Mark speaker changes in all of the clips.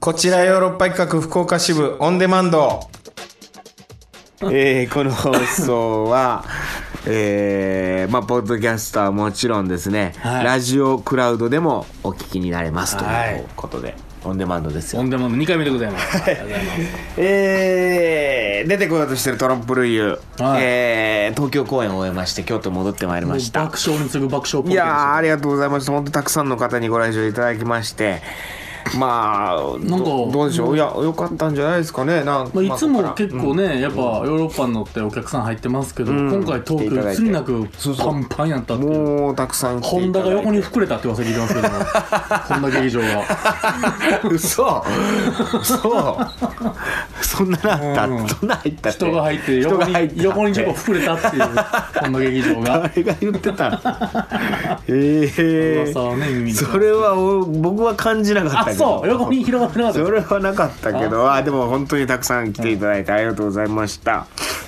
Speaker 1: こちらヨーロッパ企画福岡支部オンデマン ド。えー、この放送は、 えー、まあ、ポッドキャストはもちろんですね、
Speaker 2: はい
Speaker 1: ラジオクラウドでもお聞きになれますと
Speaker 2: はいいう
Speaker 1: ことで、オンデマンドです
Speaker 2: オ
Speaker 1: よ。
Speaker 2: ンデマンド2回目でございます。ありがとうございます
Speaker 1: えー、出てこようとしてるトランプルイユ、
Speaker 2: はい
Speaker 1: えー東京公演を終えまして、京都戻ってまいり
Speaker 2: も
Speaker 1: ま
Speaker 2: う
Speaker 1: した。
Speaker 2: 爆笑に次ぐ爆笑ポーズ
Speaker 1: いやーありがとうございました本当たくさんの方にご来場いただきましてまあ
Speaker 2: なんか
Speaker 1: どどうでしょういやよかったんじゃないですかねなんか、
Speaker 2: まあ、いつも
Speaker 1: まあここから
Speaker 2: 結構ね、やっぱヨーロッパに乗ってお客さん入ってますけど、
Speaker 1: ん
Speaker 2: 今回東京いつになくパンパンやったっていう。
Speaker 1: もうたくさん来て
Speaker 2: ホ
Speaker 1: い
Speaker 2: ン
Speaker 1: た
Speaker 2: ダ
Speaker 1: だ
Speaker 2: が
Speaker 1: いて
Speaker 2: 横に膨れたって噂聞いてますけども、ホンダ劇 場が。
Speaker 1: 嘘嘘そんななあった、
Speaker 2: うん
Speaker 1: そんな入ったって
Speaker 2: 人が入って
Speaker 1: 人
Speaker 2: 横
Speaker 1: が入ったっ
Speaker 2: に、
Speaker 1: て
Speaker 2: 横にちょっと膨れたっていう、ホンダ劇場が。
Speaker 1: 誰が言ってたのええ
Speaker 2: 噂をね、耳に。
Speaker 1: それはお僕は感じなかった
Speaker 2: あ、
Speaker 1: けど
Speaker 2: そう、横に広がってなかった
Speaker 1: それはなかったけどあでも本当にたくさん来ていただいてありがとうございました、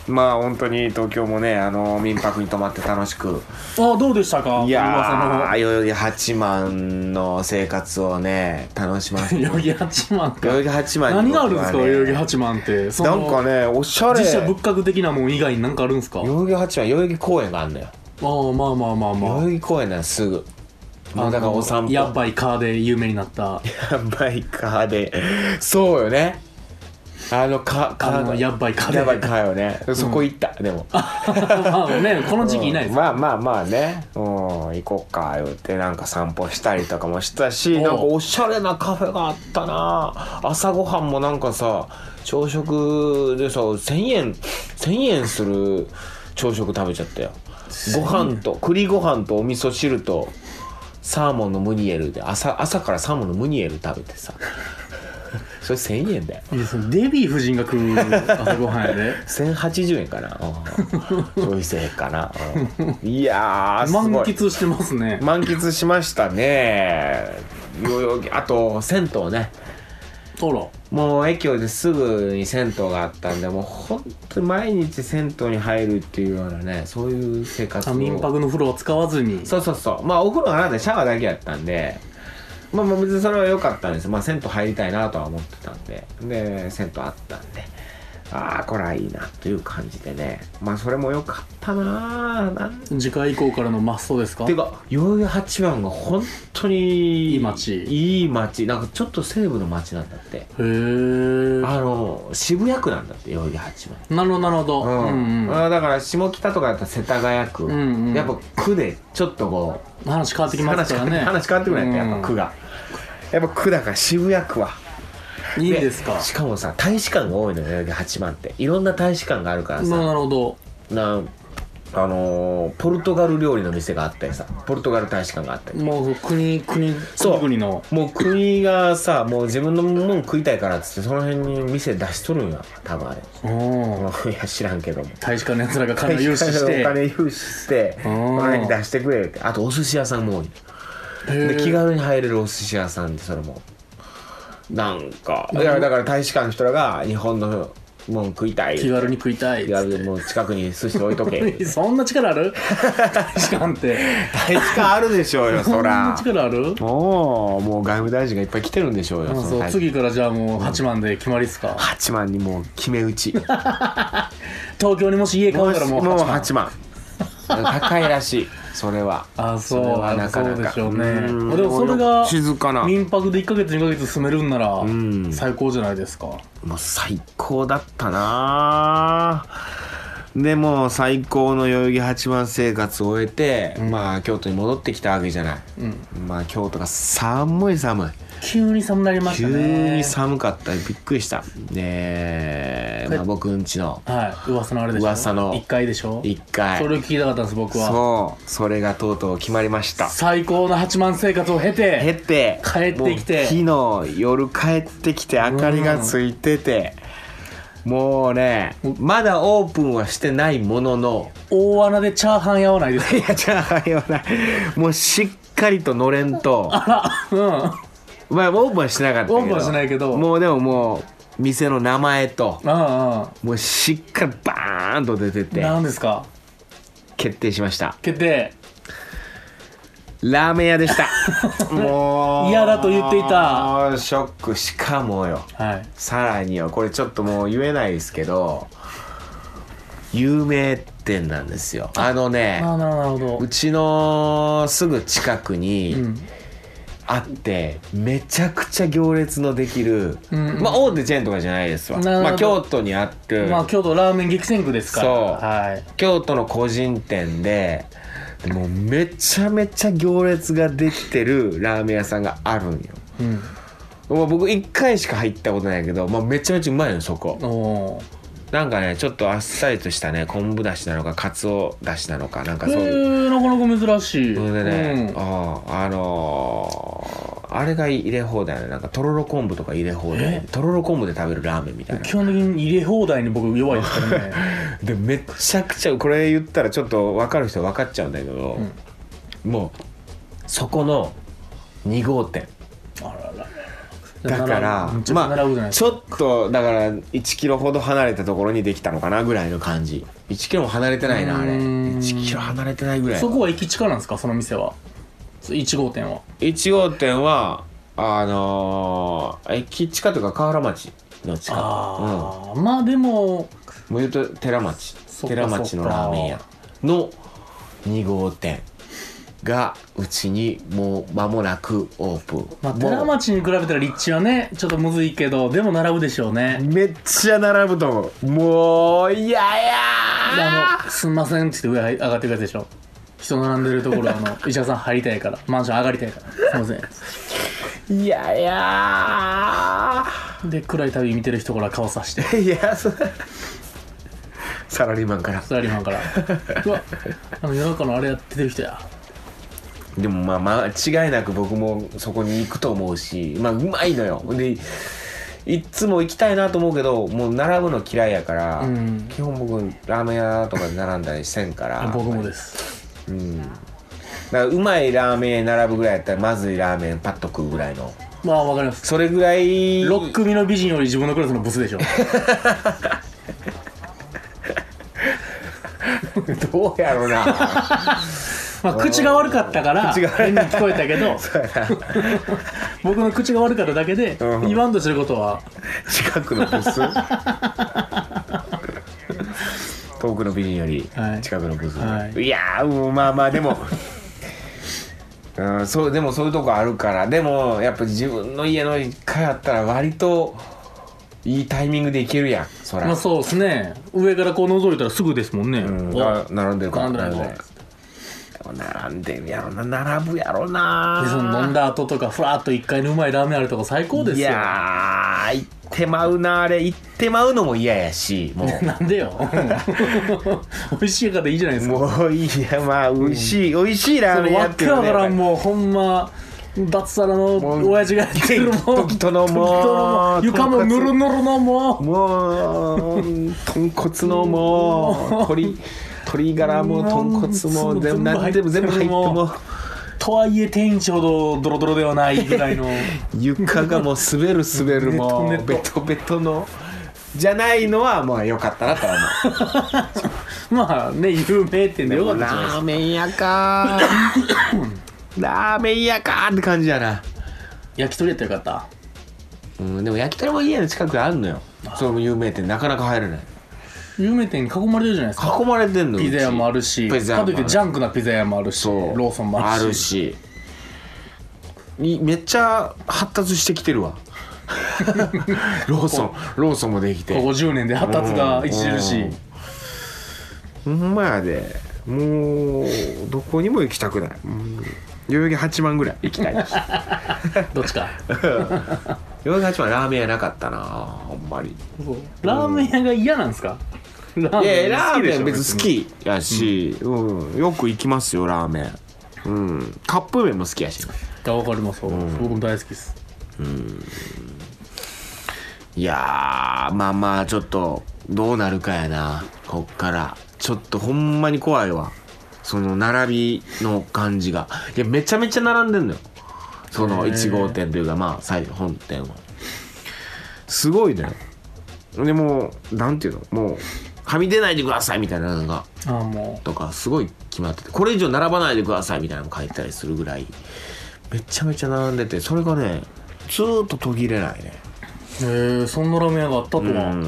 Speaker 1: まあ本当に東京もねあの民泊に泊まって楽しく
Speaker 2: です。あ、どうでしたか
Speaker 1: いや
Speaker 2: 噂
Speaker 1: ー代々木八幡の生活をね楽しませ て
Speaker 2: の。代々木八幡か
Speaker 1: 代。々木八幡
Speaker 2: 何
Speaker 1: に
Speaker 2: があるん
Speaker 1: 僕
Speaker 2: です
Speaker 1: は
Speaker 2: か、
Speaker 1: ね
Speaker 2: 代々木八幡って。そ
Speaker 1: な
Speaker 2: の
Speaker 1: んかねおしゃれ
Speaker 2: 実写
Speaker 1: 代
Speaker 2: 仏閣的なもん以外に何かあるんですかあ
Speaker 1: 々木八幡代々木公園があるのよ
Speaker 2: あまあまあまあま
Speaker 1: 代
Speaker 2: あ
Speaker 1: 々木公園ならすぐもうだからお散歩
Speaker 2: やばいカーで有名になった
Speaker 1: やばいカーでそうよねあのか
Speaker 2: あ
Speaker 1: か
Speaker 2: のやばいカーで
Speaker 1: やばいカーよねそこ行った、でも
Speaker 2: まあねこの時期いないです、
Speaker 1: まあまあまあね、うん、行こっか言ってなんか散歩したりとかもしたし
Speaker 2: おう
Speaker 1: なんかおしゃれなカフェがあったな朝ごはんもなんかさ朝食でさ1,000円1,000円する朝食食べちゃったよご飯と栗ご飯とお味噌汁とサーモンのムニエルで朝朝からサーモンのムニエル食べて さそれ1,000円だよ
Speaker 2: いいですねデヴィ夫人が食う朝ごはんやで
Speaker 1: 1080円かな、 うん、消費税かな、うん、いやーすごい
Speaker 2: 満喫してますね
Speaker 1: 満喫しましたね代々木あと銭湯ね
Speaker 2: あら
Speaker 1: もう駅をですぐに銭湯があったんでもう本当に毎日銭湯に入るっていうようなねそういう生活
Speaker 2: あ
Speaker 1: を
Speaker 2: 民泊の風呂は使わずに
Speaker 1: そうそうそうまあお風呂がなんでシャワーだけやったんでまあまあ別にそれは良かったんですまあ銭湯入りたいなとは思ってたんでで銭湯あったんでああこれはいいなという感じでねまあそれも良かったななん
Speaker 2: 次回以降からのマストですか
Speaker 1: ていうか代々木八幡が本当に
Speaker 2: いい街
Speaker 1: いい街なんかちょっと西部の街なんだって
Speaker 2: へえ
Speaker 1: あの渋谷区なんだって代々木八幡
Speaker 2: なるほどなるほど、うん、うん
Speaker 1: あだから下北とかだったら世田谷区、
Speaker 2: うんうん
Speaker 1: やっぱ区でちょっとこ
Speaker 2: 話変わって
Speaker 1: う
Speaker 2: きますからね
Speaker 1: 話変わってくるんやってやっぱ区が、やっぱ区だから渋谷区は
Speaker 2: うんいいですか
Speaker 1: しかもさ大使館が多いのよ代々木八幡っていろんな大使館があるからさ、
Speaker 2: ななるほど
Speaker 1: なあのーポルトガル料理の店があったりさポルトガル大使館があったり
Speaker 2: もう国国
Speaker 1: そう
Speaker 2: 国々の
Speaker 1: もう国がさもう自分のもん食いたいからっつってその辺に店出しとるんや多分あれ
Speaker 2: うん
Speaker 1: いや知らんけども
Speaker 2: 大使館のやつら が金を融資して
Speaker 1: お金融資してこ
Speaker 2: うん
Speaker 1: の辺に出してくれるってあとお寿司屋さんも多い
Speaker 2: へ
Speaker 1: で
Speaker 2: ー
Speaker 1: 気軽に入れるお寿司屋さんでそれもなんかいやだから大使館の人らが日本のもん食いたい
Speaker 2: 気軽に食いたいっ
Speaker 1: 気
Speaker 2: つっ
Speaker 1: 軽にもう近くに寿司置いとけ
Speaker 2: てそんな力ある大使館って
Speaker 1: 大使館あるでしょう よ
Speaker 2: そ
Speaker 1: そ
Speaker 2: んな
Speaker 1: ら
Speaker 2: 力ある
Speaker 1: もうもう外務大臣がいっぱい来てるんでしょうよ
Speaker 2: あ
Speaker 1: その
Speaker 2: そう
Speaker 1: 大
Speaker 2: 次からじゃあもう8万で決まりっすか
Speaker 1: 8万にもう決め打ち
Speaker 2: 東京にもし家買うならもう
Speaker 1: もう
Speaker 2: 8万
Speaker 1: 8万高いらしいそれは
Speaker 2: あそう
Speaker 1: れはなかなか
Speaker 2: そうでしょうね
Speaker 1: ん
Speaker 2: まあでもそれが
Speaker 1: 静かな
Speaker 2: 民泊で1ヶ月2ヶ月住めるんなら
Speaker 1: ん
Speaker 2: 最高じゃないですか
Speaker 1: もう最高だったなでもう最高の代々木八幡生活を終えて、まあ京都に戻ってきたわけじゃない、まあ京都が寒い寒い
Speaker 2: 急に寒くなりましたね
Speaker 1: 急に寒かったびっくりしたで、まあ、僕んちの
Speaker 2: はい噂のあれでしょ
Speaker 1: 噂の
Speaker 2: 1階でしょ
Speaker 1: 1階
Speaker 2: それを聞きたかったんです僕は
Speaker 1: そうそれがとうとう決まりました
Speaker 2: 最高の8万生活を
Speaker 1: 経
Speaker 2: 経て
Speaker 1: て
Speaker 2: 帰ってきて
Speaker 1: もう昨日夜帰ってきて明かりがついてて、もうねまだオープンはしてないものの
Speaker 2: 大穴でチャーハンやわな いですか
Speaker 1: いやじゃああれはないもうしっかりとのれんと
Speaker 2: うん
Speaker 1: まあオープンはしなかったけど
Speaker 2: オープンはしないけど
Speaker 1: もうでももう店の名前と
Speaker 2: ああ
Speaker 1: もうしっかりバーンと出てて
Speaker 2: 何ですか
Speaker 1: 決定しました
Speaker 2: 決定
Speaker 1: ラーメン屋で したもう
Speaker 2: 嫌だと言っていた
Speaker 1: もうショックしかもよ
Speaker 2: はい
Speaker 1: さらにはこれちょっともう言えないですけど有名店なんですよあのね
Speaker 2: ああなるほどなるほ
Speaker 1: う
Speaker 2: ど
Speaker 1: ちのすぐ近く
Speaker 2: う
Speaker 1: に
Speaker 2: ん
Speaker 1: あって、めちゃくちゃ行列のできる、
Speaker 2: うんうん
Speaker 1: まあ大手チェーンとかじゃないですわ
Speaker 2: なるほど
Speaker 1: まあ京都にある、
Speaker 2: まあ京都ラーメン激戦区ですから
Speaker 1: そう
Speaker 2: はい
Speaker 1: 京都の個人店でもうめちゃめちゃ行列ができてる ラーメン屋さんがあるんよ
Speaker 2: うん
Speaker 1: もう僕1回しか入ったことないけど、まあ、めちゃめちゃうまいのそこ
Speaker 2: おー
Speaker 1: なんかねちょっとあっさりとしたね昆布だしなのかかつおだしなのかなんかそういう
Speaker 2: へえなかなか珍しい
Speaker 1: それでね、
Speaker 2: うん
Speaker 1: あああのーあれが入れ放題ねなんかとろろ昆布とか入れ放題とろろ昆布で食べるラーメンみたいな
Speaker 2: 基本的に入れ放題に僕弱いですからね
Speaker 1: でめっちゃくちゃこれ言ったらちょっと分かる人分かっちゃうんだけど、もうそこの2号店だから
Speaker 2: めっちゃ並ぶじゃな
Speaker 1: ま
Speaker 2: い
Speaker 1: あ
Speaker 2: です
Speaker 1: ち
Speaker 2: か、
Speaker 1: ょっとだから1キロほど離れたところにできたのかなぐらいの感じ1キロも離れてないなあれ
Speaker 2: うーん
Speaker 1: 1キロ離れてないぐらい
Speaker 2: そこは駅近なんですかその店は1号店は
Speaker 1: 1号店はあのー駅近というか河原町の近く、うん、
Speaker 2: ああ、まあでも
Speaker 1: もう言うと寺町
Speaker 2: そっか
Speaker 1: 寺町のラーメン屋
Speaker 2: そ
Speaker 1: の2号店がうちにもう間もなくオープン、
Speaker 2: まあ、
Speaker 1: もう
Speaker 2: 寺町に比べたら立地はねちょっとむずいけどでも並ぶでしょうね
Speaker 1: めっちゃ並ぶと思うもういや
Speaker 2: で
Speaker 1: や
Speaker 2: あのすんませんって言って上上がってくやつでしょ人並んでるところあ の医者さん入りたいからマンション上がりたいからすいま
Speaker 1: ーいやや
Speaker 2: せんで暗い旅見てる人から顔さして
Speaker 1: ーいやそサラリーマンから
Speaker 2: サラリーマンから「うわあの夜中のあれやってる人や
Speaker 1: でもまあ間違いなく僕もそこに行くと思うしまあうまいのよでいっつも行きたいなと思うけどもう並ぶの嫌いやから、
Speaker 2: うん
Speaker 1: 基本僕ラーメン屋とかで並んだりせんから」
Speaker 2: 僕もです
Speaker 1: うんだからうまいラーメン屋に並ぶぐらいやったらまずいラーメンパッと食うぐらいの
Speaker 2: まあわかります
Speaker 1: それぐらい
Speaker 2: 6組の美人より自分のクラスのブスでしょ
Speaker 1: どうやろう な
Speaker 2: まあ口が悪かったから
Speaker 1: 口が悪
Speaker 2: 変に聞こえたけ ど
Speaker 1: そうやな
Speaker 2: 僕の口が悪かっただけで
Speaker 1: うん
Speaker 2: 言わんとすることは
Speaker 1: 近くのブ ス遠くの美人より
Speaker 2: はい
Speaker 1: 近くのブス、、
Speaker 2: はい
Speaker 1: やーもうまあまあでもうんそうでもそういうとこあるからでもやっぱ自分の家の一回あったら割といいタイミングで行けるやんそら、
Speaker 2: まあそうですね上からこう覗いたらすぐですもんね、
Speaker 1: うん、
Speaker 2: お
Speaker 1: な並んでるから
Speaker 2: 並んでるから
Speaker 1: 並んでる並んでるやろな並ぶやろな
Speaker 2: でその飲んだ後とかふらっと1階にうまいラーメンあるとこ最高です
Speaker 1: い
Speaker 2: よ
Speaker 1: やー行ってまうなあれ行ってまうのも嫌やしもう
Speaker 2: なんでよ美味しいからいいじゃないですか
Speaker 1: もういいやまあ美味しい、美味しいラーメンや
Speaker 2: わ
Speaker 1: って
Speaker 2: け
Speaker 1: る
Speaker 2: わ
Speaker 1: ね
Speaker 2: からん
Speaker 1: やっ
Speaker 2: もうほんま脱サラの
Speaker 1: もう
Speaker 2: 親父がやってるもう
Speaker 1: 時とのもう
Speaker 2: 時とのもう床もぬるぬるの
Speaker 1: ぱり
Speaker 2: も
Speaker 1: もう豚骨のもう鶏鶏ガラも豚骨も全部何でも全部入っても
Speaker 2: うとはいえ天一ほどドロドロではないぐらいの
Speaker 1: 床がもう滑る滑るも
Speaker 2: ネ
Speaker 1: う
Speaker 2: ト
Speaker 1: ベ
Speaker 2: ネ
Speaker 1: トベトのじゃないのはまあ良かったなとは思う。
Speaker 2: まあね有名店でよかったじゃないですか
Speaker 1: ラーメン屋かーラーメン屋かーって感じやな、
Speaker 2: 焼き鳥やったらよかった
Speaker 1: うん、でも焼き鳥も家の近くにあるのよその有名店なかなか入れない
Speaker 2: 有名店に囲まれてるじゃないですか
Speaker 1: 囲まれてんの
Speaker 2: ピザ屋もあるし
Speaker 1: ピザ屋もあ
Speaker 2: かと
Speaker 1: る
Speaker 2: いってジャンクなピザ屋もあるしロ
Speaker 1: そう
Speaker 2: ーソンもあるし
Speaker 1: あるしいめっちゃ発達してきてる わローソンローソンもできて
Speaker 2: ここ10年で発達が著しい
Speaker 1: うんほんまやでもうどこにも行きたくない、うん、代々木8万ぐらい行き たい
Speaker 2: どっちか
Speaker 1: 代々木八幡ラーメン屋なかったなあんまり
Speaker 2: ラーメン屋が嫌なんですかラー
Speaker 1: いや
Speaker 2: メン
Speaker 1: ラー
Speaker 2: 好きで
Speaker 1: メ
Speaker 2: しょ
Speaker 1: ン別に好きやし、うんよく行きますよラーメンうん、カップ麺も好きやし
Speaker 2: いやわかります、僕も大好きです
Speaker 1: いやーまあまあちょっとどうなるかやなこっからちょっとほんまに怖いわその並びの感じがいやめちゃめちゃ並んでんのよその
Speaker 2: へー
Speaker 1: 1号店というかまあ最本店はすごいねでもなんていうのもうはみ出ないでくださいみたいなのが
Speaker 2: ああも
Speaker 1: とかすごい決まっててこれ以上並ばないでくださいみたいなのも書いてたりするぐらいめちゃめちゃ並んでてそれがねずーっと途切れないね
Speaker 2: うへえそんなラーメン屋があったとは、
Speaker 1: うん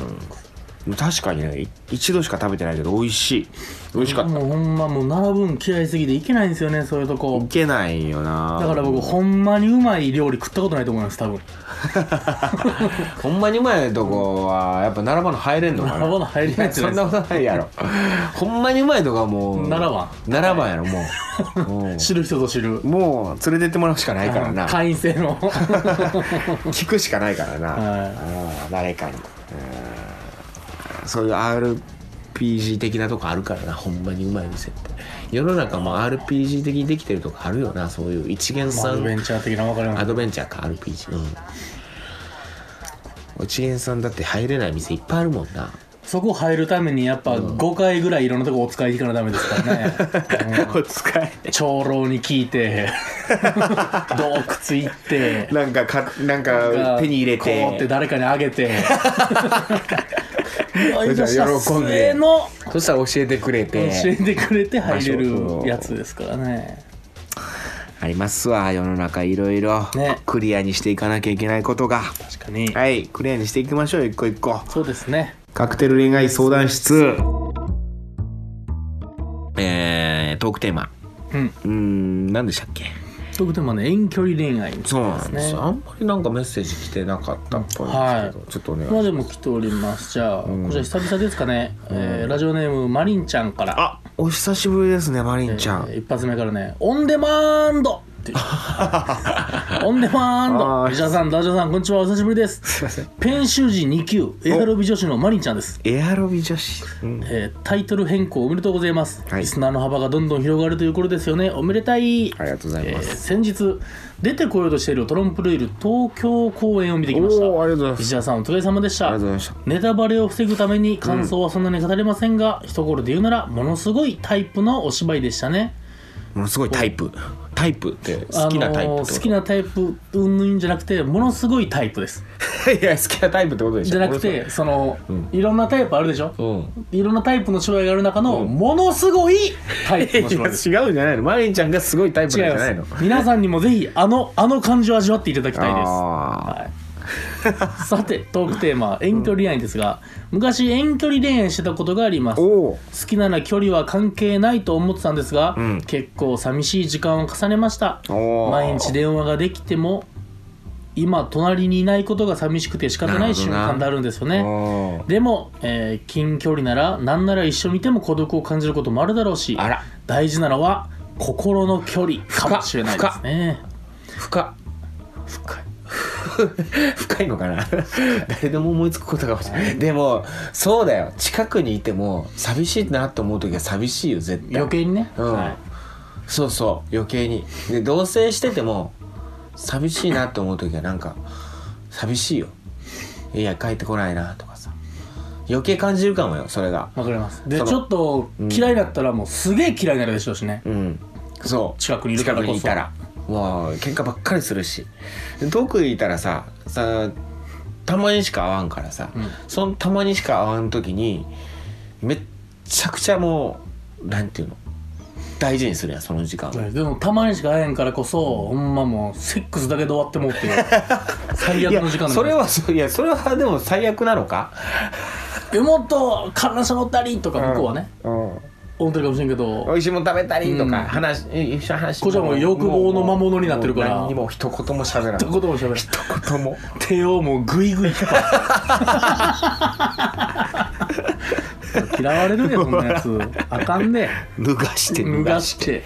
Speaker 1: 確かにねい一度しか食べてないけど美味しい美味しかった
Speaker 2: もうほんまもう並ぶん嫌いすぎていけないんですよねそういうと
Speaker 1: い
Speaker 2: こ
Speaker 1: けないよな
Speaker 2: だから僕ほんまにうまい料理食ったことないと思います多分
Speaker 1: ほんまにうまいとこはやっぱ並ばの入れんのかな
Speaker 2: 並ばな入れないんじゃ
Speaker 1: そ
Speaker 2: ない
Speaker 1: ん
Speaker 2: です
Speaker 1: なことないやろほんまにうまいとこはもう
Speaker 2: 並ば
Speaker 1: 並ばんやろも うも
Speaker 2: 知る人ぞ知る
Speaker 1: うもう連れてってもらうしかないからな
Speaker 2: 会員制の
Speaker 1: 聞くしかないからな、
Speaker 2: はい
Speaker 1: うん誰かに、うんそういう RPG 的なとこあるからなほんまにうまい店って世の中も RPG 的にできてるとこあるよなそういう一元
Speaker 2: まあ
Speaker 1: さ
Speaker 2: アドベ
Speaker 1: ん
Speaker 2: ンチャー的な分かりま
Speaker 1: ア
Speaker 2: す
Speaker 1: ドベンチャーか RPG うん一元さんだって入れない店いっぱいあるもんな
Speaker 2: そこ入るためにやっぱ5回ぐらいいろんなとこお使い行かないためですからね、
Speaker 1: お使い
Speaker 2: うん長老に聞い て洞窟行って
Speaker 1: なんかかなんか 手に入れて
Speaker 2: こうって誰かにあげ て喜
Speaker 1: そしたら喜んで
Speaker 2: の
Speaker 1: そしたら教えてくれ
Speaker 2: 教
Speaker 1: て
Speaker 2: えてくれて入れ
Speaker 1: まあ
Speaker 2: るやつですからね
Speaker 1: ありますわ世の中いろいろ
Speaker 2: ね
Speaker 1: クリアにしていかなきゃいけないことが
Speaker 2: 確かに、
Speaker 1: はいクリアにしていきましょう一個一個
Speaker 2: そうですね
Speaker 1: カクテル恋愛相談室えー、トークテーマ
Speaker 2: うん
Speaker 1: うーん何でしたっけ
Speaker 2: ということでまあね遠距離恋愛
Speaker 1: そうなんですよあんまりなんかメッセージ来てなかったっぽいんですけど、ちょっとお願いし
Speaker 2: ま
Speaker 1: ま
Speaker 2: あ
Speaker 1: す
Speaker 2: でも来ておりますじゃあ、
Speaker 1: ん
Speaker 2: こちら久々ですかね、えーラジオネームマリンちゃんから
Speaker 1: あお久しぶりですねマリンちゃん、
Speaker 2: えー一発目からね「オンデマンド!」っていうオンデマン
Speaker 1: あ
Speaker 2: ド
Speaker 1: ー
Speaker 2: 石田さんダジャさんこんにちはお久しぶりです
Speaker 1: すいません
Speaker 2: ペン習字2級エアロビ女子のマリンちゃんです
Speaker 1: エアロビ女子、うん
Speaker 2: えータイトル変更おめでとうございます、
Speaker 1: はい
Speaker 2: リスナーの幅がどんどん広がるということですよねおめでたい
Speaker 1: ありがとうござい
Speaker 2: え
Speaker 1: ま
Speaker 2: ー
Speaker 1: す、
Speaker 2: 先日出てこようとしているトロンプルイル東京公演を見てきました
Speaker 1: おーありがとうございます
Speaker 2: 石田さんお疲れ様でし
Speaker 1: あ
Speaker 2: た
Speaker 1: りがとうございました
Speaker 2: ネタバレを防ぐために感想はそんなに語れませんが、一頃で言うならものすごいタイプのお芝居でしたね
Speaker 1: ものすごいタイプタイプって好きなタイプってこと、
Speaker 2: あのー好きなタイプうんぬんじゃなくてものすごいタイプです
Speaker 1: いや好きなタイプってことでしょ
Speaker 2: じゃなくてその、いろんなタイプあるでしょ、
Speaker 1: うん
Speaker 2: いろんなタイプの芝居がある中の、ものすごいタイ
Speaker 1: い
Speaker 2: プ
Speaker 1: や違
Speaker 2: の
Speaker 1: う
Speaker 2: 芝居です
Speaker 1: じゃないのマリンちゃんがすごいタイプ
Speaker 2: 違
Speaker 1: なん
Speaker 2: い
Speaker 1: じゃないの
Speaker 2: ます皆さんにもぜひあのあの感じを味わっていただきたいで
Speaker 1: あ
Speaker 2: すはいさてトークテーマ遠距離恋愛ですが、昔遠距離恋愛してたことがあります
Speaker 1: ーおお
Speaker 2: 好きなら距離は関係ないと思ってたんですが、
Speaker 1: ん
Speaker 2: 結構寂しい時間を重ねました
Speaker 1: おー
Speaker 2: 毎日電話ができても今隣にいないことが寂しくて仕方ない瞬間であるんですよね
Speaker 1: おー
Speaker 2: でも、えー近距離なら何なら一緒にいても孤独を感じることもあるだろうし
Speaker 1: あら
Speaker 2: 大事なのは心の距離かもしれないですね
Speaker 1: 深深い 深いのかな誰でも思いつくことかもしれないでもそうだよ近くにいても寂しいなと思う時は寂しいよ絶対
Speaker 2: 余計にね、
Speaker 1: うん
Speaker 2: はい
Speaker 1: そうそう余計にで同棲してても寂しいなって思う時はなんか寂しいよいや帰ってこないなとかさ余計感じるかもよそれが
Speaker 2: わかりますで
Speaker 1: その
Speaker 2: ちょっと嫌いだったらもうすげえ嫌いになるでしょうしね
Speaker 1: うんそう
Speaker 2: 近くにいるからこそ
Speaker 1: 近くにいたらもう喧嘩ばっかりするしで遠くにいたらささたまにしか会わんからさ、
Speaker 2: ん
Speaker 1: そのたまにしか会わん時にめっちゃくちゃもうなんていうの大事にするやんその時間を
Speaker 2: でもたまにしか会えんからこそほんまもうセックスだけで終わってもう っていう最悪の時間
Speaker 1: いや
Speaker 2: で
Speaker 1: それはそういやそれはでも最悪なのか
Speaker 2: えもっと体しゃったりとか向こうはね、
Speaker 1: うん
Speaker 2: 思ってるかもしれんけ
Speaker 1: 美
Speaker 2: ど
Speaker 1: 味しいもん食べたりとか、
Speaker 2: うん
Speaker 1: 話一緒に話
Speaker 2: こっちはもう欲望の魔物になってるから
Speaker 1: もう何にも一言も喋らない
Speaker 2: 一言も喋らない
Speaker 1: 一 言も
Speaker 2: 手をもうグイグイ引っ張る嫌われ るでそんなやつあかんね
Speaker 1: 脱がして
Speaker 2: 脱がして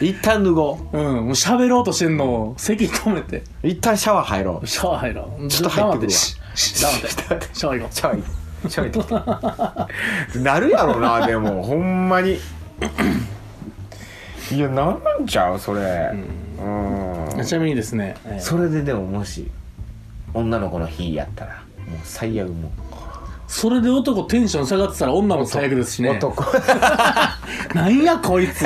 Speaker 1: 一旦脱ごう
Speaker 2: うんもう喋ろうとしてんのを席止めて
Speaker 1: 一旦シャワー入ろう
Speaker 2: シャワー入ろう
Speaker 1: ちょっと入ってくるわ
Speaker 2: シシ 黙って
Speaker 1: 黙って
Speaker 2: シャワー行こ
Speaker 1: シャワー入シャワー入ってきて なるやろなでもほんまにいやなんなんちゃうそれうん
Speaker 2: うちなみにですね、えー
Speaker 1: それででももし女の子の日やったらもう最悪もう
Speaker 2: それで男テンション下がってたら女も最悪ですしね
Speaker 1: 男
Speaker 2: なんやこい つ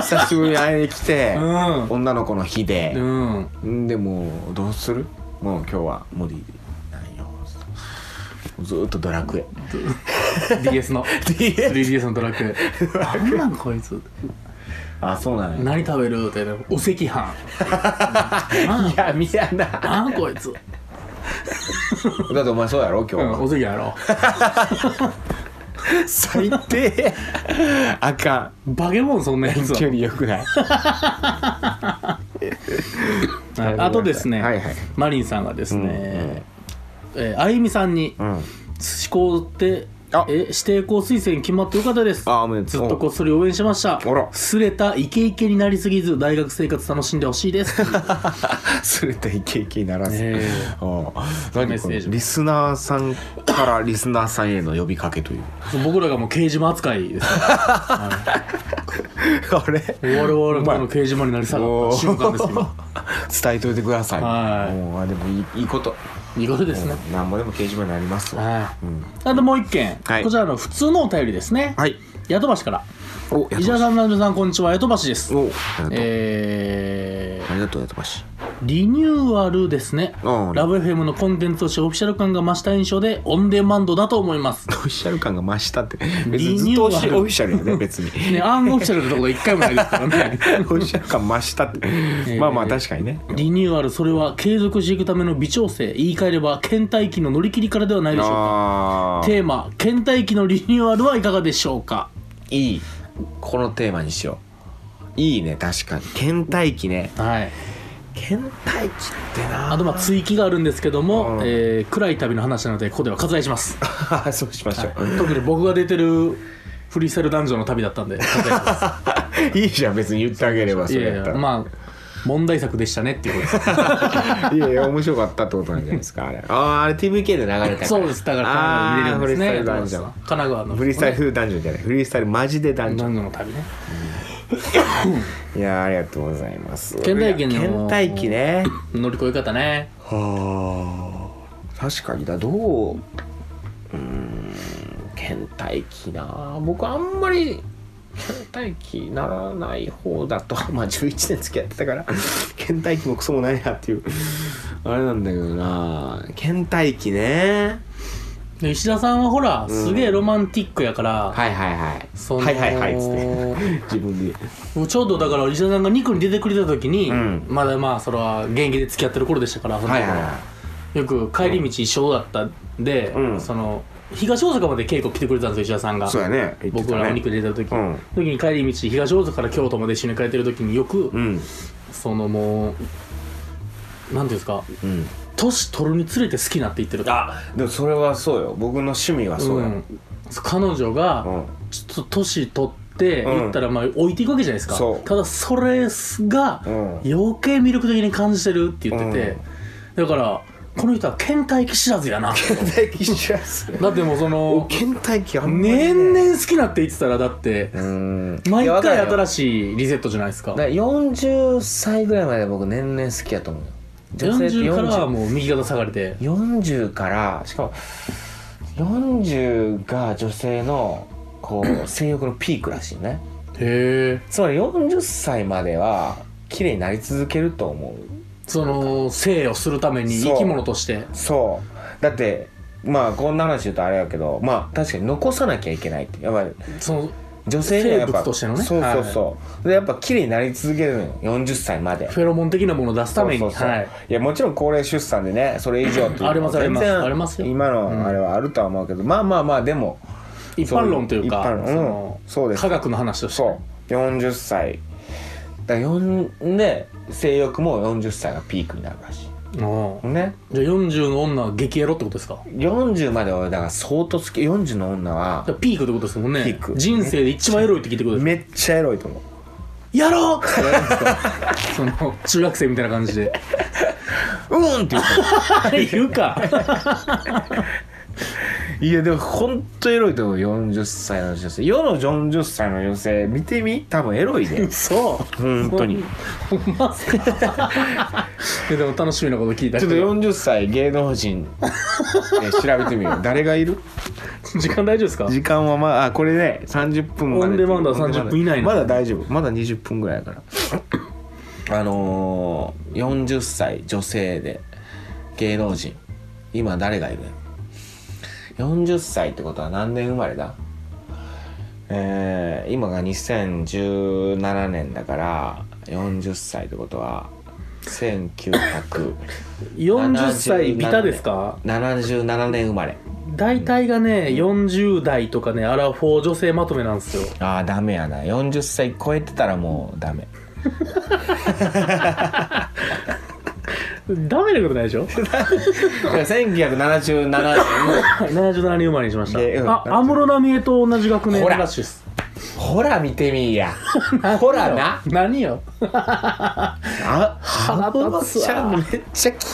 Speaker 1: 久しぶりに会いに来て、
Speaker 2: うん
Speaker 1: 女の子の日で
Speaker 2: う、ん
Speaker 1: ん、でもうどうするもう今日は無理なんよずーっとドラクエ
Speaker 2: DS の 3DS のドラクエ何なんこいつ
Speaker 1: あそうなんや
Speaker 2: 何食べるって言ったらお赤飯
Speaker 1: いや見や な
Speaker 2: 何こいつ、
Speaker 1: だってお前そうやろ
Speaker 2: うん、
Speaker 1: 今
Speaker 2: お
Speaker 1: 日、
Speaker 2: 赤飯やろ
Speaker 1: 最低あか
Speaker 2: バケモンそんなやつ
Speaker 1: ん距
Speaker 2: は
Speaker 1: 離よくない
Speaker 2: はい あとですね、
Speaker 1: はいはい
Speaker 2: マリンさんがですね、えーあゆみさんに
Speaker 1: うん
Speaker 2: 志向って
Speaker 1: あ
Speaker 2: え指定校推薦決まってよかったです
Speaker 1: あおめで
Speaker 2: ず
Speaker 1: とう
Speaker 2: っとこっそり応援してました
Speaker 1: あら
Speaker 2: すれたイケイケになりすぎず大学生活楽しんでほしいです
Speaker 1: すれたイケイケにならず、
Speaker 2: え
Speaker 1: ああ何
Speaker 2: メッセ
Speaker 1: こ
Speaker 2: ー
Speaker 1: れ
Speaker 2: ジ
Speaker 1: リスナーさんからリスナーさんへの呼びかけ という
Speaker 2: 僕らがもう刑事魔扱いですよ
Speaker 1: あれ
Speaker 2: 我々
Speaker 1: うま
Speaker 2: が
Speaker 1: い
Speaker 2: この刑事魔になり下がった瞬間ですよ
Speaker 1: 伝えといてください
Speaker 2: はい
Speaker 1: もうあでもいいいいこと
Speaker 2: 見事ですね、
Speaker 1: 何ぼでも掲示板になりますわ
Speaker 2: はい
Speaker 1: うん
Speaker 2: あともう一件、
Speaker 1: はい
Speaker 2: こちらの普通のお便りですね、
Speaker 1: はい
Speaker 2: ヤトバシから
Speaker 1: おや
Speaker 2: 石田さん、ナルさん、こんにちは、ヤトバシです。
Speaker 1: おありがとう、
Speaker 2: えー
Speaker 1: ありがとうやとば し
Speaker 2: リニューアルですね。
Speaker 1: うん
Speaker 2: ラブ FM のコンテンツとしてオフィシャル感が増した印象で、オンデマンドだと思います。
Speaker 1: オフィシャル感が増したって別
Speaker 2: リ
Speaker 1: にず
Speaker 2: ニ
Speaker 1: っ
Speaker 2: ュー
Speaker 1: と
Speaker 2: ア
Speaker 1: オ
Speaker 2: ル
Speaker 1: フィシャルやね別に
Speaker 2: ね、アンオフィシャルってところ一回もないですか ら
Speaker 1: オ
Speaker 2: ね。
Speaker 1: フィシャル感増したって、まあまあ確かにね
Speaker 2: リニューアル、それは継続していくための微調整。言い換えれば、倦怠期の乗り切りからではないでしょうか。
Speaker 1: あー
Speaker 2: テーマ、倦怠期のリニューアルはいかがでしょうか
Speaker 1: いいこのテーマにしよういいね確かに倦怠期ね
Speaker 2: はい。
Speaker 1: 倦怠期ってな
Speaker 2: あと、まあ、追記があるんですけども、
Speaker 1: うん
Speaker 2: えー暗い旅の話なので、ここでは割愛します。
Speaker 1: あ そうしましょう、
Speaker 2: 特に僕が出てるフリースタイルダンジョンの旅 だったんで、割愛します
Speaker 1: いいじゃん別に言ってあげればそ
Speaker 2: い
Speaker 1: れ
Speaker 2: や
Speaker 1: やっ
Speaker 2: い
Speaker 1: た
Speaker 2: や、
Speaker 1: ら
Speaker 2: まあ、問題作でしたねっていうことです。
Speaker 1: いやいや、面白かったってことなんじゃないです か、あれ。ああ、あれ TVK で流れた から。
Speaker 2: そうです。だから神奈川に入れるんですね。
Speaker 1: あーフリースタイルダンジョン
Speaker 2: 神奈川の
Speaker 1: フリースタイルダンジョンじゃない。フリースタイルマジでダンジョ
Speaker 2: ダ
Speaker 1: ン。
Speaker 2: ンジョンの旅ね。
Speaker 1: いやー、ありがとうございます。
Speaker 2: 倦怠期の
Speaker 1: いや倦怠期ね。
Speaker 2: 乗り越え方ね。
Speaker 1: はあ。確かにだ、どう。うーん、倦怠期な。僕あんまり。倦怠期ならない方だと、 まあ11年付き合ってたから、倦怠期もクソもないなっていう、あれなんだけどな。倦怠期ね。
Speaker 2: で石田さんはほら、すげえロマンティックやから、
Speaker 1: はいはいはい。
Speaker 2: その
Speaker 1: はいはいはいっつって。 自分で。
Speaker 2: もうちょうどだから石田さんが2区に出てくれた時に、
Speaker 1: うん
Speaker 2: まだまあそれは現役で付き合ってる頃でしたからその
Speaker 1: は
Speaker 2: 時
Speaker 1: い
Speaker 2: は
Speaker 1: はいは
Speaker 2: よく帰り道一緒だったんで、
Speaker 1: うん
Speaker 2: その東大阪まで稽古来てくれたんですよ石田さんが
Speaker 1: い。そうやね。言って
Speaker 2: 僕
Speaker 1: た
Speaker 2: らお
Speaker 1: ね
Speaker 2: 肉。出た時、
Speaker 1: うん
Speaker 2: 時に帰り道東大阪から京都まで一緒に帰ってる時によく、
Speaker 1: うん。
Speaker 2: そのもうなんていうんですか
Speaker 1: うん。
Speaker 2: 年取るにつれて好きになっていってる
Speaker 1: あ、でもそれはそうよ。僕の趣味はそう
Speaker 2: う
Speaker 1: よ。
Speaker 2: ん、彼女が
Speaker 1: うん。
Speaker 2: ちょっと年取って
Speaker 1: うん
Speaker 2: 言ったらまあ置いていくわけじゃないですか、
Speaker 1: そう
Speaker 2: ただそれが
Speaker 1: うん
Speaker 2: 余計魅力的に感じてるって言ってて、だからこの人は倦怠期知らず やな
Speaker 1: 倦怠期しやすい。
Speaker 2: だってもうその
Speaker 1: 倦怠期あんまりね。
Speaker 2: 年々好きなって言ってたらだって
Speaker 1: うん。
Speaker 2: 毎回
Speaker 1: いや。わかるよ
Speaker 2: 新しいリセットじゃないですか
Speaker 1: だから40歳ぐらいまで僕年々好きやと思うよ。女性って
Speaker 2: 40からは
Speaker 1: 40
Speaker 2: もう右肩下がりで
Speaker 1: 40から、しかも、40が女性の、こう、性欲のピークらしいね。
Speaker 2: へえ
Speaker 1: つまり40歳までは綺麗になり続けると思う
Speaker 2: その生をするために
Speaker 1: そう
Speaker 2: 生き物として
Speaker 1: そうだってまあこんな話言うとあれやけどまあ確かに残さなきゃいけないってやっぱり
Speaker 2: その
Speaker 1: 女性にはやっぱ
Speaker 2: 生物としてのね
Speaker 1: そうそうそう、でやっぱ綺麗になり続けるのよ40歳まで
Speaker 2: フェロモン的なものを出すために
Speaker 1: そうそうそう
Speaker 2: はい、
Speaker 1: いやもちろん高齢出産でねそれ以上っていうのは
Speaker 2: ありますあります
Speaker 1: 全然
Speaker 2: ありますよ
Speaker 1: 今
Speaker 2: うん
Speaker 1: のあれはあるとは思うけど、まあまあまあでも
Speaker 2: 一般論という
Speaker 1: そ
Speaker 2: か
Speaker 1: 一般論
Speaker 2: そ
Speaker 1: うん
Speaker 2: の
Speaker 1: そうです
Speaker 2: 科学の話として
Speaker 1: そう40歳だから4で性欲も40歳がピークになるらし
Speaker 2: うん
Speaker 1: いね
Speaker 2: じゃあ40の女は激エロってことですか
Speaker 1: 40まではだから相当好き40の女は
Speaker 2: じゃあピークってことですもんね
Speaker 1: ピーク
Speaker 2: 人生で一番エロいって聞いてくる
Speaker 1: めっちゃエロいと思う
Speaker 2: やろうって言われるんですかその中学生みたいな感じで
Speaker 1: うんって言う
Speaker 2: 言うか
Speaker 1: といやでも本当エロいと思う40歳の女性世の40歳の女性見てみ多分エロいで
Speaker 2: そう
Speaker 1: 本当に
Speaker 2: ほんまっすかいやでも楽しみなこと聞いた
Speaker 1: ち
Speaker 2: け
Speaker 1: ょっと
Speaker 2: ど
Speaker 1: 40歳芸能人え調べてみよう誰がいる
Speaker 2: 時間大丈夫ですか
Speaker 1: 時間はまああこれね30分まで
Speaker 2: オンデマンドは30分以内なの
Speaker 1: まだ大丈夫まだ20分ぐらいやからあのー、40歳女性で芸能人今誰がいるの40歳ってことは何年生まれだえー、今が2017年だから40歳ってことは1900
Speaker 2: 40歳ビタですか
Speaker 1: 77年生まれ
Speaker 2: 大体がね40代とかねアラフォー女性まとめなんですよ
Speaker 1: ああダメやな40歳超えてたらもうダメ
Speaker 2: ダメなことないでし ょ
Speaker 1: いや1977年
Speaker 2: ?77 年生まれにしました
Speaker 1: でうん
Speaker 2: あ安室奈美恵と同じ学年
Speaker 1: ほら
Speaker 2: らしいです
Speaker 1: ほら見てみい やほらな
Speaker 2: 何よ
Speaker 1: あ
Speaker 2: 腹立つわ
Speaker 1: めっちゃき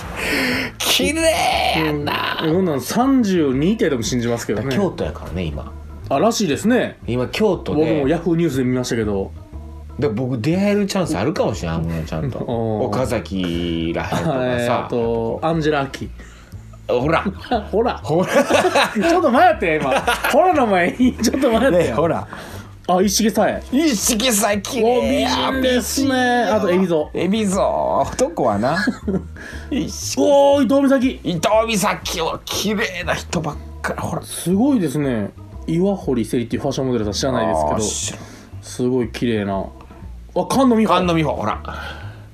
Speaker 1: 綺麗やな、
Speaker 2: こんなん32ってでも信じますけどね
Speaker 1: 京都やからね今
Speaker 2: あらしいですね
Speaker 1: 今京都
Speaker 2: 僕
Speaker 1: で
Speaker 2: もヤフーニュースで見ましたけど
Speaker 1: で僕出会えるチャンスあるかもしれん安室ちゃんと
Speaker 2: おー
Speaker 1: 岡崎らへんとか
Speaker 2: はい
Speaker 1: さ
Speaker 2: あとアンジェラ・アキ
Speaker 1: ほら
Speaker 2: ほら
Speaker 1: ほら
Speaker 2: ちょっと待って 今ほらの前に ちょっと待って、
Speaker 1: ほら
Speaker 2: あ石毛さえ
Speaker 1: 一色さん綺
Speaker 2: お
Speaker 1: 麗
Speaker 2: 美
Speaker 1: や
Speaker 2: 人ですねあと海老蔵
Speaker 1: エビゾ男はな一色
Speaker 2: おー伊藤美咲
Speaker 1: 伊藤美咲は綺麗な人ばっかりほら
Speaker 2: すごいですね岩堀せりっていうファッションモデルさん知らないです
Speaker 1: けど
Speaker 2: けどすごい綺麗なあ菅野美
Speaker 1: 菅
Speaker 2: 穂
Speaker 1: 野美穂ほら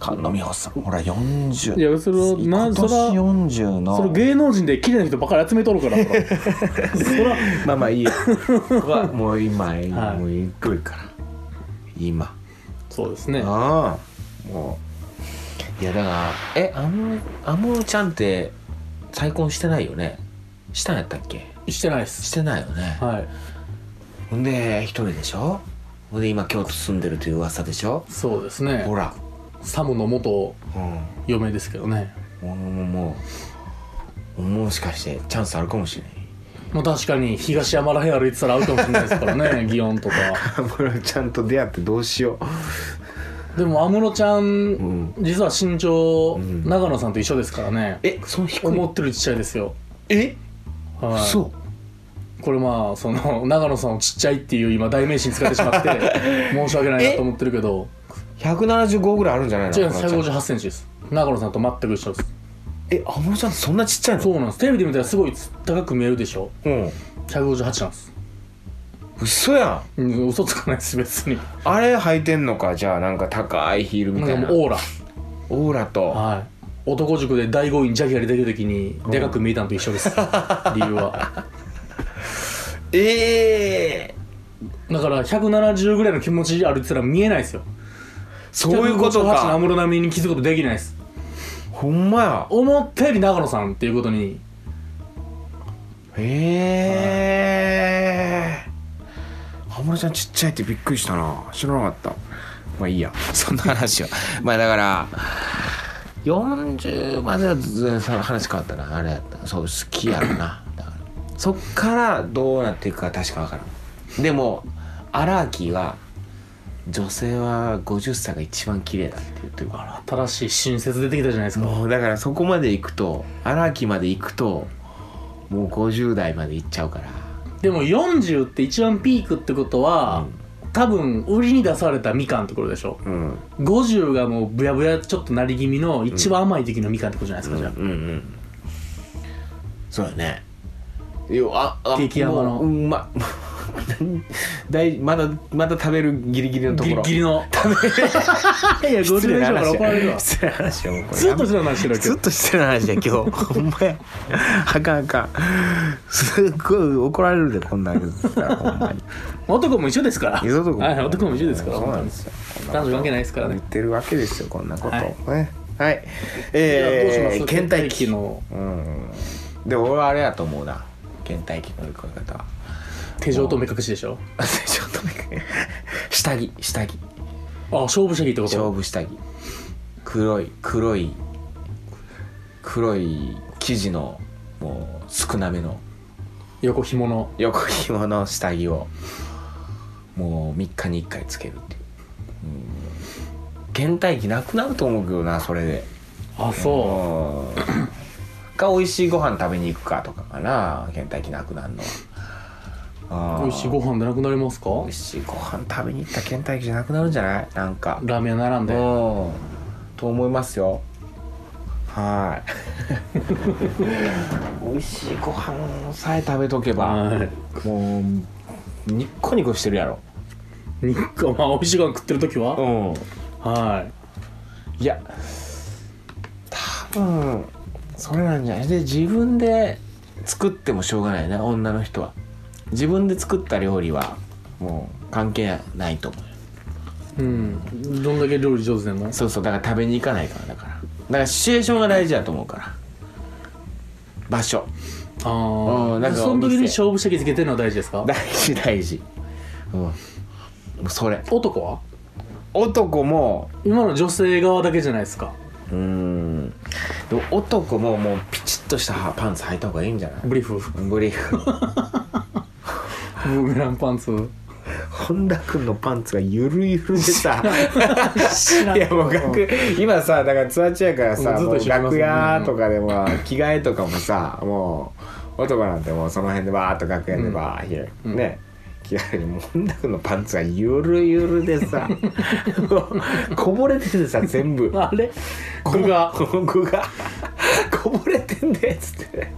Speaker 1: 菅野美穂さんほら40
Speaker 2: いやそれはな
Speaker 1: 今年
Speaker 2: それは
Speaker 1: 40の
Speaker 2: それ芸能人で綺麗な人ばっかり集めとるからほ らそら
Speaker 1: まあまあいいやここ はもう今、もういくから今
Speaker 2: そうですね
Speaker 1: ああもういやだからえあの安室ちゃんって再婚してないよねしたんやったっけ
Speaker 2: してないです
Speaker 1: してないよね
Speaker 2: はい
Speaker 1: ほんで一人でしょほんで今京都住んでるという噂でしょ
Speaker 2: そうですね
Speaker 1: ほら
Speaker 2: サムの元
Speaker 1: う
Speaker 2: 嫁ですけどね
Speaker 1: んもうもうもうもしかしてチャンスあるかもしれない
Speaker 2: まあ確かに東山らへん歩いてたら会うかもしれないですか らね祇園とか
Speaker 1: 安室ちゃんと出会ってどうしよ
Speaker 2: でも安室ちゃん、
Speaker 1: ん
Speaker 2: 実は身長、
Speaker 1: ん
Speaker 2: 長野さんと一緒ですからね
Speaker 1: えその低
Speaker 2: 思
Speaker 1: い
Speaker 2: ってるよりちっちゃいですよ
Speaker 1: え
Speaker 2: はい
Speaker 1: そう
Speaker 2: これまあその長野さんをちっちゃいっていう今代名詞に使ってしまって 申し訳ないなと思ってるけど
Speaker 1: 175ぐらいあるんじゃないの
Speaker 2: 違う
Speaker 1: 安室ちゃん
Speaker 2: 1 5 8ンチです長野さんと全く一緒です
Speaker 1: え安室ちゃんそんなちっちゃいの
Speaker 2: そうなんですテレビで見たらすごい高く見えるでしょ
Speaker 1: うん
Speaker 2: 158なんです、
Speaker 1: 嘘やん
Speaker 2: うん、嘘つかないです別に
Speaker 1: あれ履いてんのかじゃあなんか高いヒールみ
Speaker 2: な
Speaker 1: たい
Speaker 2: ん
Speaker 1: な
Speaker 2: かもうオーラ
Speaker 1: オーラと
Speaker 2: はい男塾で第5位にジャギアリ出てる時にでかく見えたのと一緒です 理由は
Speaker 1: ええ
Speaker 2: だから170ぐらいの気持ちあるってたら見えないですよ
Speaker 1: そういうこと
Speaker 2: 158の安
Speaker 1: か
Speaker 2: 室並みに気づくことできないです
Speaker 1: ほんまや
Speaker 2: 思ったより長野さんっていうことに
Speaker 1: へえ安室ちゃんちっちゃいってびっくりしたな知らなかったまあいいやそんな話は まあだから40まではずずその話変わったなあれやったそう好きやろなだからそっからどうなっていくか確かわからんでも荒木は女性は50歳が一番綺麗だって言ってるから
Speaker 2: 新しい新説出てきたじゃないですか
Speaker 1: もうだからそこまで行くと荒木まで行くともう50代まで行っちゃうから
Speaker 2: でも40って一番ピークってことは、多分売りに出されたみかんってことでしょ
Speaker 1: うん
Speaker 2: 50がもうブヤブヤちょっとなり気味の一番甘い時のみかんってことじゃないですか、じゃ
Speaker 1: うんうんそうだねいやああ
Speaker 2: 激甘の
Speaker 1: もううんま 大まだまだ食べるギリギリの
Speaker 2: あ
Speaker 1: と
Speaker 2: ギ
Speaker 1: こ
Speaker 2: リ
Speaker 1: ろ
Speaker 2: ギリの いや 50以
Speaker 1: 失礼
Speaker 2: 上
Speaker 1: な
Speaker 2: から
Speaker 1: 話
Speaker 2: 怒られるわ
Speaker 1: や
Speaker 2: ず
Speaker 1: 失礼な話やもうこれ
Speaker 2: っとしてる話してるわけ
Speaker 1: ずっとしてる話や今日ほんまやあかんあかんすっごい怒られるでこんなん言ってたらほんまに
Speaker 2: 男も一緒ですから
Speaker 1: いや男
Speaker 2: はい男も一緒ですから
Speaker 1: そうなんですよ
Speaker 2: 男女関係ないですから
Speaker 1: 言
Speaker 2: ね
Speaker 1: ってるわけですよこんなこと
Speaker 2: は
Speaker 1: ねはいえ
Speaker 2: じゃあどうし
Speaker 1: ー
Speaker 2: ます
Speaker 1: 倦怠
Speaker 2: 倦
Speaker 1: 期
Speaker 2: の
Speaker 1: うんでも俺はあれやと思うな倦怠期の乗り越え方は
Speaker 2: 手錠と目隠しでしょ
Speaker 1: ちょっとね下着下着
Speaker 2: あ勝負主義ってこ
Speaker 1: 勝
Speaker 2: と
Speaker 1: 負下着黒い黒い黒い生地のもう少なめの
Speaker 2: 横紐の
Speaker 1: 横紐の下着をもう3日に1回つけるっていう、うん、倦怠期なくなると思うけどなそれで
Speaker 2: あそ
Speaker 1: か美味しいご飯食べに行くかとかかな倦怠期なくなるのは
Speaker 2: う
Speaker 1: あー
Speaker 2: 美味しいご飯でなくなりますか
Speaker 1: 美味しいご飯食べに行ったら倦怠期じゃなくなるんじゃないなんか
Speaker 2: ラーメン屋並ん
Speaker 1: うん
Speaker 2: で
Speaker 1: と思いますよはい 美味しいご飯さえ食べとけば
Speaker 2: はい
Speaker 1: もうニッコニコしてるやろ
Speaker 2: 日光まあ美味しいご飯食ってる時は、
Speaker 1: うん
Speaker 2: はい
Speaker 1: いや多分それなんじゃないで自分で作ってもしょうがないね女の人は自分で作った料理はもう関係ないと思うよ
Speaker 2: うん、どんだけ料理上手でも
Speaker 1: そうそうだから食べに行かないからだからだからシチュエーションが大事だと思うから場所
Speaker 2: あ
Speaker 1: う
Speaker 2: あ
Speaker 1: んなんか
Speaker 2: その時
Speaker 1: お店
Speaker 2: に勝負して気づけてるのは大事ですか
Speaker 1: 大事大事うんもうそれ
Speaker 2: 男は
Speaker 1: 男も
Speaker 2: 今の女性側だけじゃないですか
Speaker 1: うーんでも男ももうピチッとしたパンツ履いた方がいいんじゃない
Speaker 2: ブリーフ
Speaker 1: ブリーフ
Speaker 2: ブーメランパンツ
Speaker 1: 本田君のパンツがゆるゆるでさ
Speaker 2: 知らん
Speaker 1: いやもう楽今さだからツアー中やからさ
Speaker 2: も
Speaker 1: も
Speaker 2: う
Speaker 1: う
Speaker 2: ずっと一緒にいます
Speaker 1: 楽屋とかでも着替えとかもさもう男なんてもうその辺でバーっと楽屋でバーッ、
Speaker 2: うん
Speaker 1: ね着替えるのに本田君のパンツがゆるゆるで さもうこぼれててさ全部
Speaker 2: あれ具が
Speaker 1: この具がこぼれてんでっつって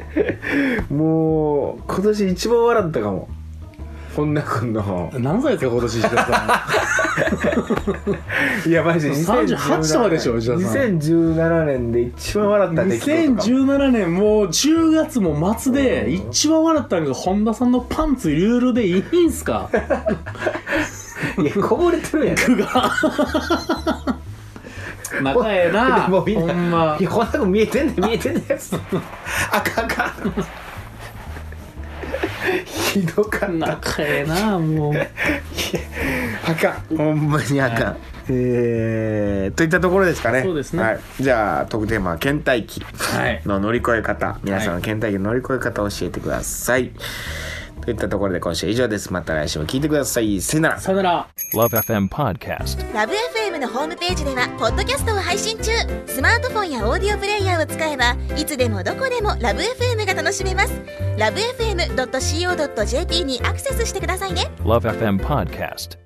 Speaker 1: もう今年一番笑ったかも本田君の
Speaker 2: 何歳ですか今年石田さ
Speaker 1: いやマジで
Speaker 2: 38とかでしょ石田さん
Speaker 1: 2017年で一番笑っ
Speaker 2: ん
Speaker 1: た出来事とかも
Speaker 2: 2017年もう10月も末で一番笑ったのが本田さんのパンツルールでいいん すか
Speaker 1: いやこぼれてるやん
Speaker 2: 具 が仲ええな
Speaker 1: でもみん
Speaker 2: ほ
Speaker 1: なん
Speaker 2: ま
Speaker 1: いやこんなの見えてんねん見えてんねんあかんあかんひどかった
Speaker 2: 仲ええなもう
Speaker 1: あかんほんまにあかん、
Speaker 2: はい
Speaker 1: えー、といったところですかね
Speaker 2: そうですね
Speaker 1: はい、じゃあ特テーマは倦怠期
Speaker 2: はい
Speaker 1: の乗り越え方皆さん
Speaker 2: は
Speaker 1: の
Speaker 2: い
Speaker 1: 倦怠期の乗り越え方を教えてください、といったところで今週は以上ですまた来週も聞いてくださいさよなら
Speaker 2: さよなら
Speaker 3: Love FM Podcast.
Speaker 4: ラブ f m のホームページではポッドキャストを配信中スマートフォンやオーディオプレイヤーを使えばいつでもどこでもラブ f m が楽しめますラブ FM.co.jp にアクセスしてくださいね
Speaker 3: Love FM Podcast.